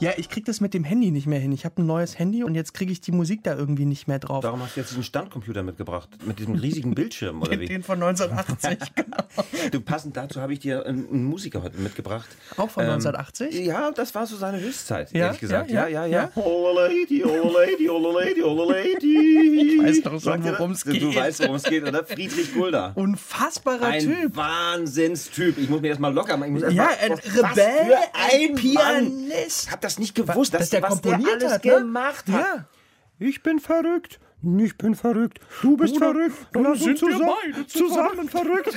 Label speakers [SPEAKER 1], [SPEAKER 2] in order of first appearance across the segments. [SPEAKER 1] Ja, ich krieg das mit dem Handy nicht mehr hin. Ich habe ein neues Handy und jetzt kriege ich die Musik da irgendwie nicht mehr drauf.
[SPEAKER 2] Darum hast du jetzt diesen Standcomputer mitgebracht, mit diesem riesigen Bildschirm, oder wie?
[SPEAKER 1] Den von 1980, genau.
[SPEAKER 2] Du, passend dazu habe ich dir einen einen Musiker heute mitgebracht.
[SPEAKER 1] Auch
[SPEAKER 2] Ähm,
[SPEAKER 1] von 1980?
[SPEAKER 2] Ja, das war so seine Höchstzeit,
[SPEAKER 1] Ja,
[SPEAKER 2] ehrlich gesagt.
[SPEAKER 1] ja,
[SPEAKER 2] Ja,
[SPEAKER 1] ja,
[SPEAKER 2] ja,
[SPEAKER 1] ja.
[SPEAKER 2] ja. Oh Lady, oh Lady, oh Lady, oh Lady.
[SPEAKER 1] Ich weiß doch schon,
[SPEAKER 2] Sagt ihr das?
[SPEAKER 1] worum's
[SPEAKER 2] Du
[SPEAKER 1] geht.
[SPEAKER 2] weißt, worum es geht, oder? Friedrich Gulda.
[SPEAKER 1] Unfassbarer
[SPEAKER 2] Ein
[SPEAKER 1] Typ.
[SPEAKER 2] Wahnsinnstyp. Ich muss mir erstmal locker machen. Ich muss erst
[SPEAKER 1] Ja,
[SPEAKER 2] mal-
[SPEAKER 1] ein
[SPEAKER 2] Was
[SPEAKER 1] Rebell,
[SPEAKER 2] für ein
[SPEAKER 1] ein
[SPEAKER 2] Pianist.
[SPEAKER 1] Pianist.
[SPEAKER 2] Ich hab das nicht gewusst,
[SPEAKER 1] Dass
[SPEAKER 2] dass,
[SPEAKER 1] der
[SPEAKER 2] was
[SPEAKER 1] komponiert
[SPEAKER 2] der alles
[SPEAKER 1] hat, ne?
[SPEAKER 2] gemacht hat.
[SPEAKER 1] Ja.
[SPEAKER 3] Ich bin verrückt. Ich bin verrückt. Du bist verrückt. Lass uns
[SPEAKER 1] sind wir
[SPEAKER 3] zusammen,
[SPEAKER 1] beide
[SPEAKER 3] zusammen verrückt.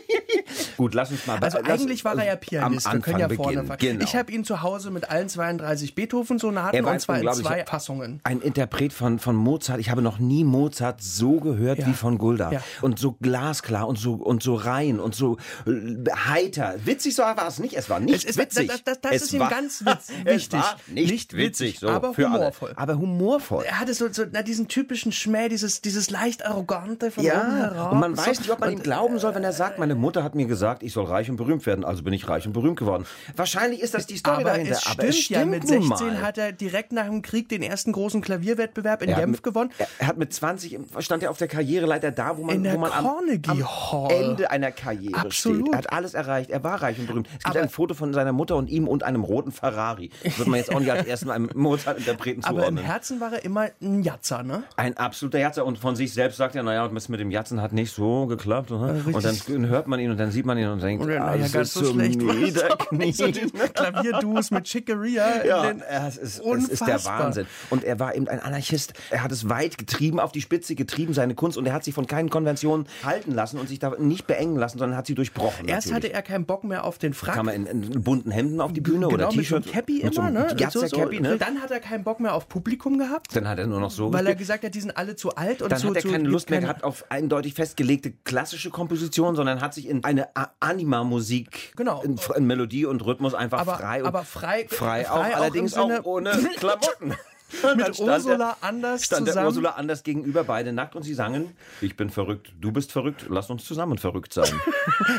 [SPEAKER 2] Gut, lass uns mal.
[SPEAKER 1] Also
[SPEAKER 2] lass-
[SPEAKER 1] eigentlich war er ja Pianist.
[SPEAKER 2] Am
[SPEAKER 1] Wir können ja
[SPEAKER 2] Anfang
[SPEAKER 1] vorne
[SPEAKER 2] beginnen.
[SPEAKER 1] fangen.
[SPEAKER 2] Genau.
[SPEAKER 1] Ich habe ihn zu Hause mit allen 32 Beethoven-Sonaten
[SPEAKER 2] Er war
[SPEAKER 1] und zwar in
[SPEAKER 2] unglaublich-
[SPEAKER 1] zwei Fassungen.
[SPEAKER 2] Ein Interpret von, von Mozart. Ich habe noch nie Mozart so gehört
[SPEAKER 1] Ja.
[SPEAKER 2] wie von Gulda.
[SPEAKER 1] Ja.
[SPEAKER 2] Und so glasklar und so, und so rein und so äh, heiter. Witzig so war es nicht. Es war nicht
[SPEAKER 1] Es ist-
[SPEAKER 2] witzig.
[SPEAKER 1] das- das- das
[SPEAKER 2] es
[SPEAKER 1] ist ihm
[SPEAKER 2] war,
[SPEAKER 1] ganz witz-
[SPEAKER 2] es
[SPEAKER 1] wichtig.
[SPEAKER 2] War nicht,
[SPEAKER 1] Nicht
[SPEAKER 2] witzig,
[SPEAKER 1] witzig,
[SPEAKER 2] so,
[SPEAKER 1] aber
[SPEAKER 2] für
[SPEAKER 1] humorvoll.
[SPEAKER 2] Alle. Aber humorvoll.
[SPEAKER 1] Er hatte so, so na, diesen typischen Schmäh, dieses, dieses leicht arrogante von oben
[SPEAKER 2] Ja,
[SPEAKER 1] heraus. äh,
[SPEAKER 2] und man weiß
[SPEAKER 1] So.
[SPEAKER 2] nicht, ob man ihm glauben soll, wenn er sagt, meine Mutter hat mir gesagt, ich soll reich und berühmt werden, also bin ich reich und berühmt geworden. Wahrscheinlich ist das die Story
[SPEAKER 1] aber
[SPEAKER 2] dahinter,
[SPEAKER 1] es stimmt,
[SPEAKER 2] aber es stimmt
[SPEAKER 1] ja, mit
[SPEAKER 2] nun
[SPEAKER 1] 16
[SPEAKER 2] mal.
[SPEAKER 1] hat er direkt nach dem Krieg den ersten großen Klavierwettbewerb in
[SPEAKER 2] Er hat
[SPEAKER 1] Genf
[SPEAKER 2] mit-
[SPEAKER 1] gewonnen.
[SPEAKER 2] Er, er hat mit 20, im- stand er auf der Karriereleiter da, wo man,
[SPEAKER 1] In der
[SPEAKER 2] wo man am,
[SPEAKER 1] Carnegie
[SPEAKER 2] am
[SPEAKER 1] Hall.
[SPEAKER 2] Ende einer Karriere
[SPEAKER 1] Absolut.
[SPEAKER 2] steht. Er hat alles erreicht, er war reich und berühmt. Es gibt
[SPEAKER 1] Aber-
[SPEAKER 2] ein Foto von seiner Mutter und ihm und einem roten Ferrari. Das wird man jetzt auch nicht als ersten einem Mozart-Interpreten
[SPEAKER 1] Aber im
[SPEAKER 2] zuordnen.
[SPEAKER 1] Herzen war er immer ein Jatzer, ne?
[SPEAKER 2] Ein absoluter Jatzer und von sich selbst sagt er, naja, das mit dem Jatzen hat nicht so geklappt. Oder?
[SPEAKER 1] richtig.
[SPEAKER 2] Und dann hört man ihn und dann sieht man ihn und denkt,
[SPEAKER 1] Und dann,
[SPEAKER 2] ah,
[SPEAKER 1] naja,
[SPEAKER 2] das
[SPEAKER 1] ganz
[SPEAKER 2] ist
[SPEAKER 1] so schlecht war's doch
[SPEAKER 2] niederknien.
[SPEAKER 1] nicht. So die Klavierduos mit Chicoria.
[SPEAKER 2] Ja,
[SPEAKER 1] in den-
[SPEAKER 2] es ist, es ist der
[SPEAKER 1] Unfassbar.
[SPEAKER 2] Wahnsinn. Und er war eben ein Anarchist. Er hat es weit getrieben, auf die Spitze getrieben, seine Kunst. Und er hat sich von keinen Konventionen halten lassen und sich da nicht beengen lassen, sondern hat sie durchbrochen.
[SPEAKER 1] Erst
[SPEAKER 2] natürlich.
[SPEAKER 1] hatte er keinen Bock mehr auf den Frack. Genau,
[SPEAKER 2] kam er in, in bunten Hemden auf die Bühne oder
[SPEAKER 1] mit so einem
[SPEAKER 2] T-Shirt.
[SPEAKER 1] Cappy immer,
[SPEAKER 2] mit so einem
[SPEAKER 1] ne?
[SPEAKER 2] Gatzer Cappy, ne?
[SPEAKER 1] Dann hat er keinen Bock mehr auf Publikum gehabt,
[SPEAKER 2] Dann hat er nur noch so
[SPEAKER 1] weil er
[SPEAKER 2] gespielt.
[SPEAKER 1] gesagt hat, die sind alle zu alt und
[SPEAKER 2] dann
[SPEAKER 1] zu,
[SPEAKER 2] hat er
[SPEAKER 1] zu,
[SPEAKER 2] keine
[SPEAKER 1] gibt
[SPEAKER 2] Lust mehr
[SPEAKER 1] keine-
[SPEAKER 2] gehabt auf eindeutig festgelegte klassische Komposition, sondern hat sich in eine A- Anima-Musik,
[SPEAKER 1] Genau.
[SPEAKER 2] in, in Melodie und Rhythmus einfach
[SPEAKER 1] Aber-
[SPEAKER 2] frei und
[SPEAKER 1] aber frei- frei
[SPEAKER 2] frei,
[SPEAKER 1] auch im
[SPEAKER 2] auch, allerdings auch,
[SPEAKER 1] Sinne-
[SPEAKER 2] ohne Klamotten. Dann
[SPEAKER 1] Mit
[SPEAKER 2] stand er-
[SPEAKER 1] Ursula Anders
[SPEAKER 2] stand
[SPEAKER 1] zusammen.
[SPEAKER 2] der Ursula Anders gegenüber, beide nackt und sie sangen, ich bin verrückt, du bist verrückt, lass uns zusammen verrückt sein.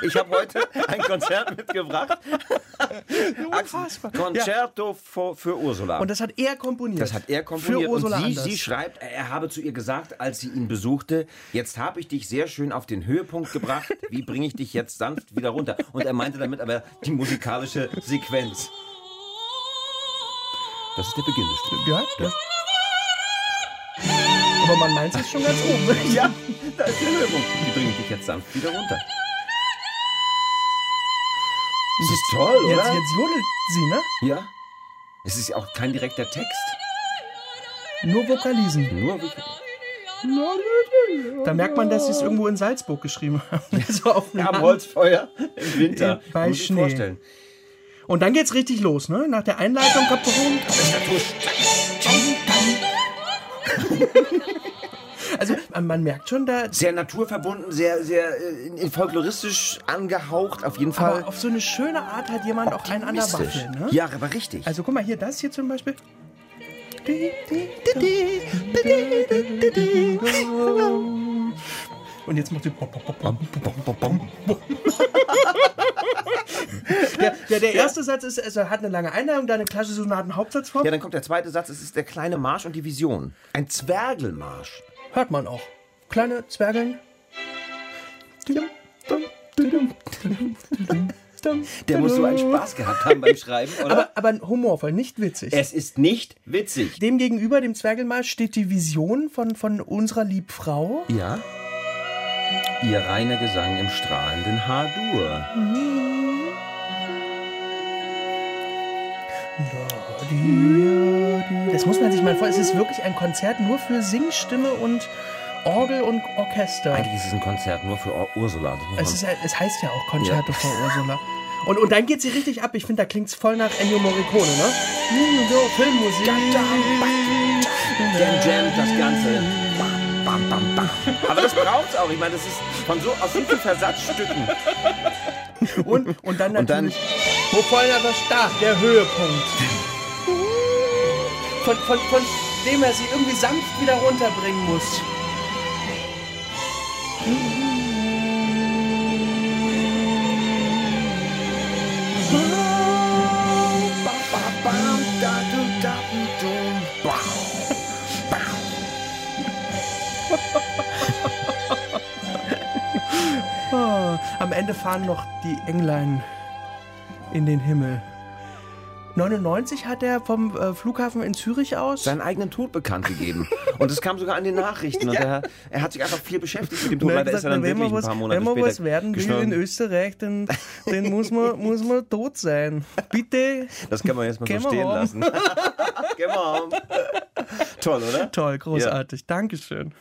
[SPEAKER 2] ich habe heute ein Konzert mitgebracht,
[SPEAKER 1] Unfassbar. Ja.
[SPEAKER 2] Concerto für, für Ursula.
[SPEAKER 1] Und das hat er komponiert.
[SPEAKER 2] Das hat er komponiert
[SPEAKER 1] Für
[SPEAKER 2] und
[SPEAKER 1] Ursula
[SPEAKER 2] sie,
[SPEAKER 1] Anders.
[SPEAKER 2] sie schreibt, er habe zu ihr gesagt, als sie ihn besuchte, jetzt habe ich dich sehr schön auf den Höhepunkt gebracht, wie bringe ich dich jetzt sanft wieder runter? Und er meinte damit aber die musikalische Sequenz. Das ist der Beginn des Stücks.
[SPEAKER 1] ja, das. Aber man meint es schon ganz oben.
[SPEAKER 2] Ja, da ist der Höhepunkt. Wie bringe ich dich jetzt sanft wieder runter? Das ist toll,
[SPEAKER 1] Jetzt,
[SPEAKER 2] oder?
[SPEAKER 1] jetzt jodelt sie, ne?
[SPEAKER 2] Ja. Es ist ja auch kein direkter Text.
[SPEAKER 1] Nur Vokalisen.
[SPEAKER 2] Nur wirklich.
[SPEAKER 1] Da merkt man, dass sie es irgendwo in Salzburg geschrieben haben. so auf einem
[SPEAKER 2] Am
[SPEAKER 1] Hand.
[SPEAKER 2] Holzfeuer im Winter.
[SPEAKER 1] Bei
[SPEAKER 2] Muss ich
[SPEAKER 1] Schnee.
[SPEAKER 2] vorstellen.
[SPEAKER 1] Und dann geht's richtig los, ne? Nach der Einleitung kommt rum. Also man merkt schon, da
[SPEAKER 2] sehr naturverbunden, sehr, sehr äh, in- in folkloristisch angehaucht, auf jeden Fall.
[SPEAKER 1] aber auf so eine schöne Art hat jemand auch einen an der
[SPEAKER 2] Mystisch.
[SPEAKER 1] Waffel, ne?
[SPEAKER 2] Ja, aber richtig.
[SPEAKER 1] Also guck mal hier, das hier zum Beispiel. Und jetzt macht sie. Der, der, der erste Satz ist, also hat eine lange Einleitung, dann eine klassische Sonaten-Hauptsatzform.
[SPEAKER 2] ja, dann kommt der zweite Satz, es ist der kleine Marsch und die Vision. Ein Zwergelmarsch.
[SPEAKER 1] Hört man auch. Kleine Zwergeln.
[SPEAKER 2] Der muss so einen Spaß gehabt haben beim Schreiben, oder?
[SPEAKER 1] Aber, aber humorvoll, nicht witzig.
[SPEAKER 2] es ist nicht witzig.
[SPEAKER 1] Dem gegenüber, dem Zwergelmarsch, steht die Vision von, von unserer Liebfrau.
[SPEAKER 2] Ja. Ihr reiner Gesang im strahlenden H-Dur.
[SPEAKER 1] Das muss man sich mal vorstellen. Es ist wirklich ein Konzert nur für Singstimme und Orgel und Orchester.
[SPEAKER 2] Eigentlich ist es ein Konzert nur für Ur- Ursula. Das muss
[SPEAKER 1] Es,
[SPEAKER 2] man-
[SPEAKER 1] ist, ja- es heißt ja auch Konzerte von Ursula. Und, und dann geht sie richtig ab. Ich finde, da klingt es voll nach Ennio Morricone, ne? So, Filmmusik.
[SPEAKER 2] Jam, jam, das Ganze. Bam, bam, bam, bam. Aber das braucht's auch. Ich meine, das ist von so, aus so vielen Versatzstücken.
[SPEAKER 1] Und, und dann
[SPEAKER 2] Und dann-
[SPEAKER 1] natürlich, wo vorher das Start, der Höhepunkt. Von, von, von dem er sie irgendwie sanft wieder runterbringen muss. Ah, Am Ende fahren noch die Englein in den Himmel. 99 hat er vom äh, Flughafen in Zürich aus. Ne,
[SPEAKER 2] Seinen eigenen Tod bekannt gegeben. Und es kam sogar an den Nachrichten. Und er, er hat sich einfach viel beschäftigt mit dem Tod.
[SPEAKER 1] Und er hat
[SPEAKER 2] Leider ist er
[SPEAKER 1] gesagt,
[SPEAKER 2] dann
[SPEAKER 1] na, wenn man
[SPEAKER 2] wirklich ein
[SPEAKER 1] was,
[SPEAKER 2] paar Monate
[SPEAKER 1] wenn man
[SPEAKER 2] später
[SPEAKER 1] was werden will
[SPEAKER 2] gestorben.
[SPEAKER 1] in Österreich, dann, dann muss, man, muss man tot sein. Bitte.
[SPEAKER 2] Das kann man jetzt mal
[SPEAKER 1] Gehen wir
[SPEAKER 2] so stehen
[SPEAKER 1] home.
[SPEAKER 2] lassen. Gehen wir home. Toll, oder?
[SPEAKER 1] Toll, großartig. Dankeschön.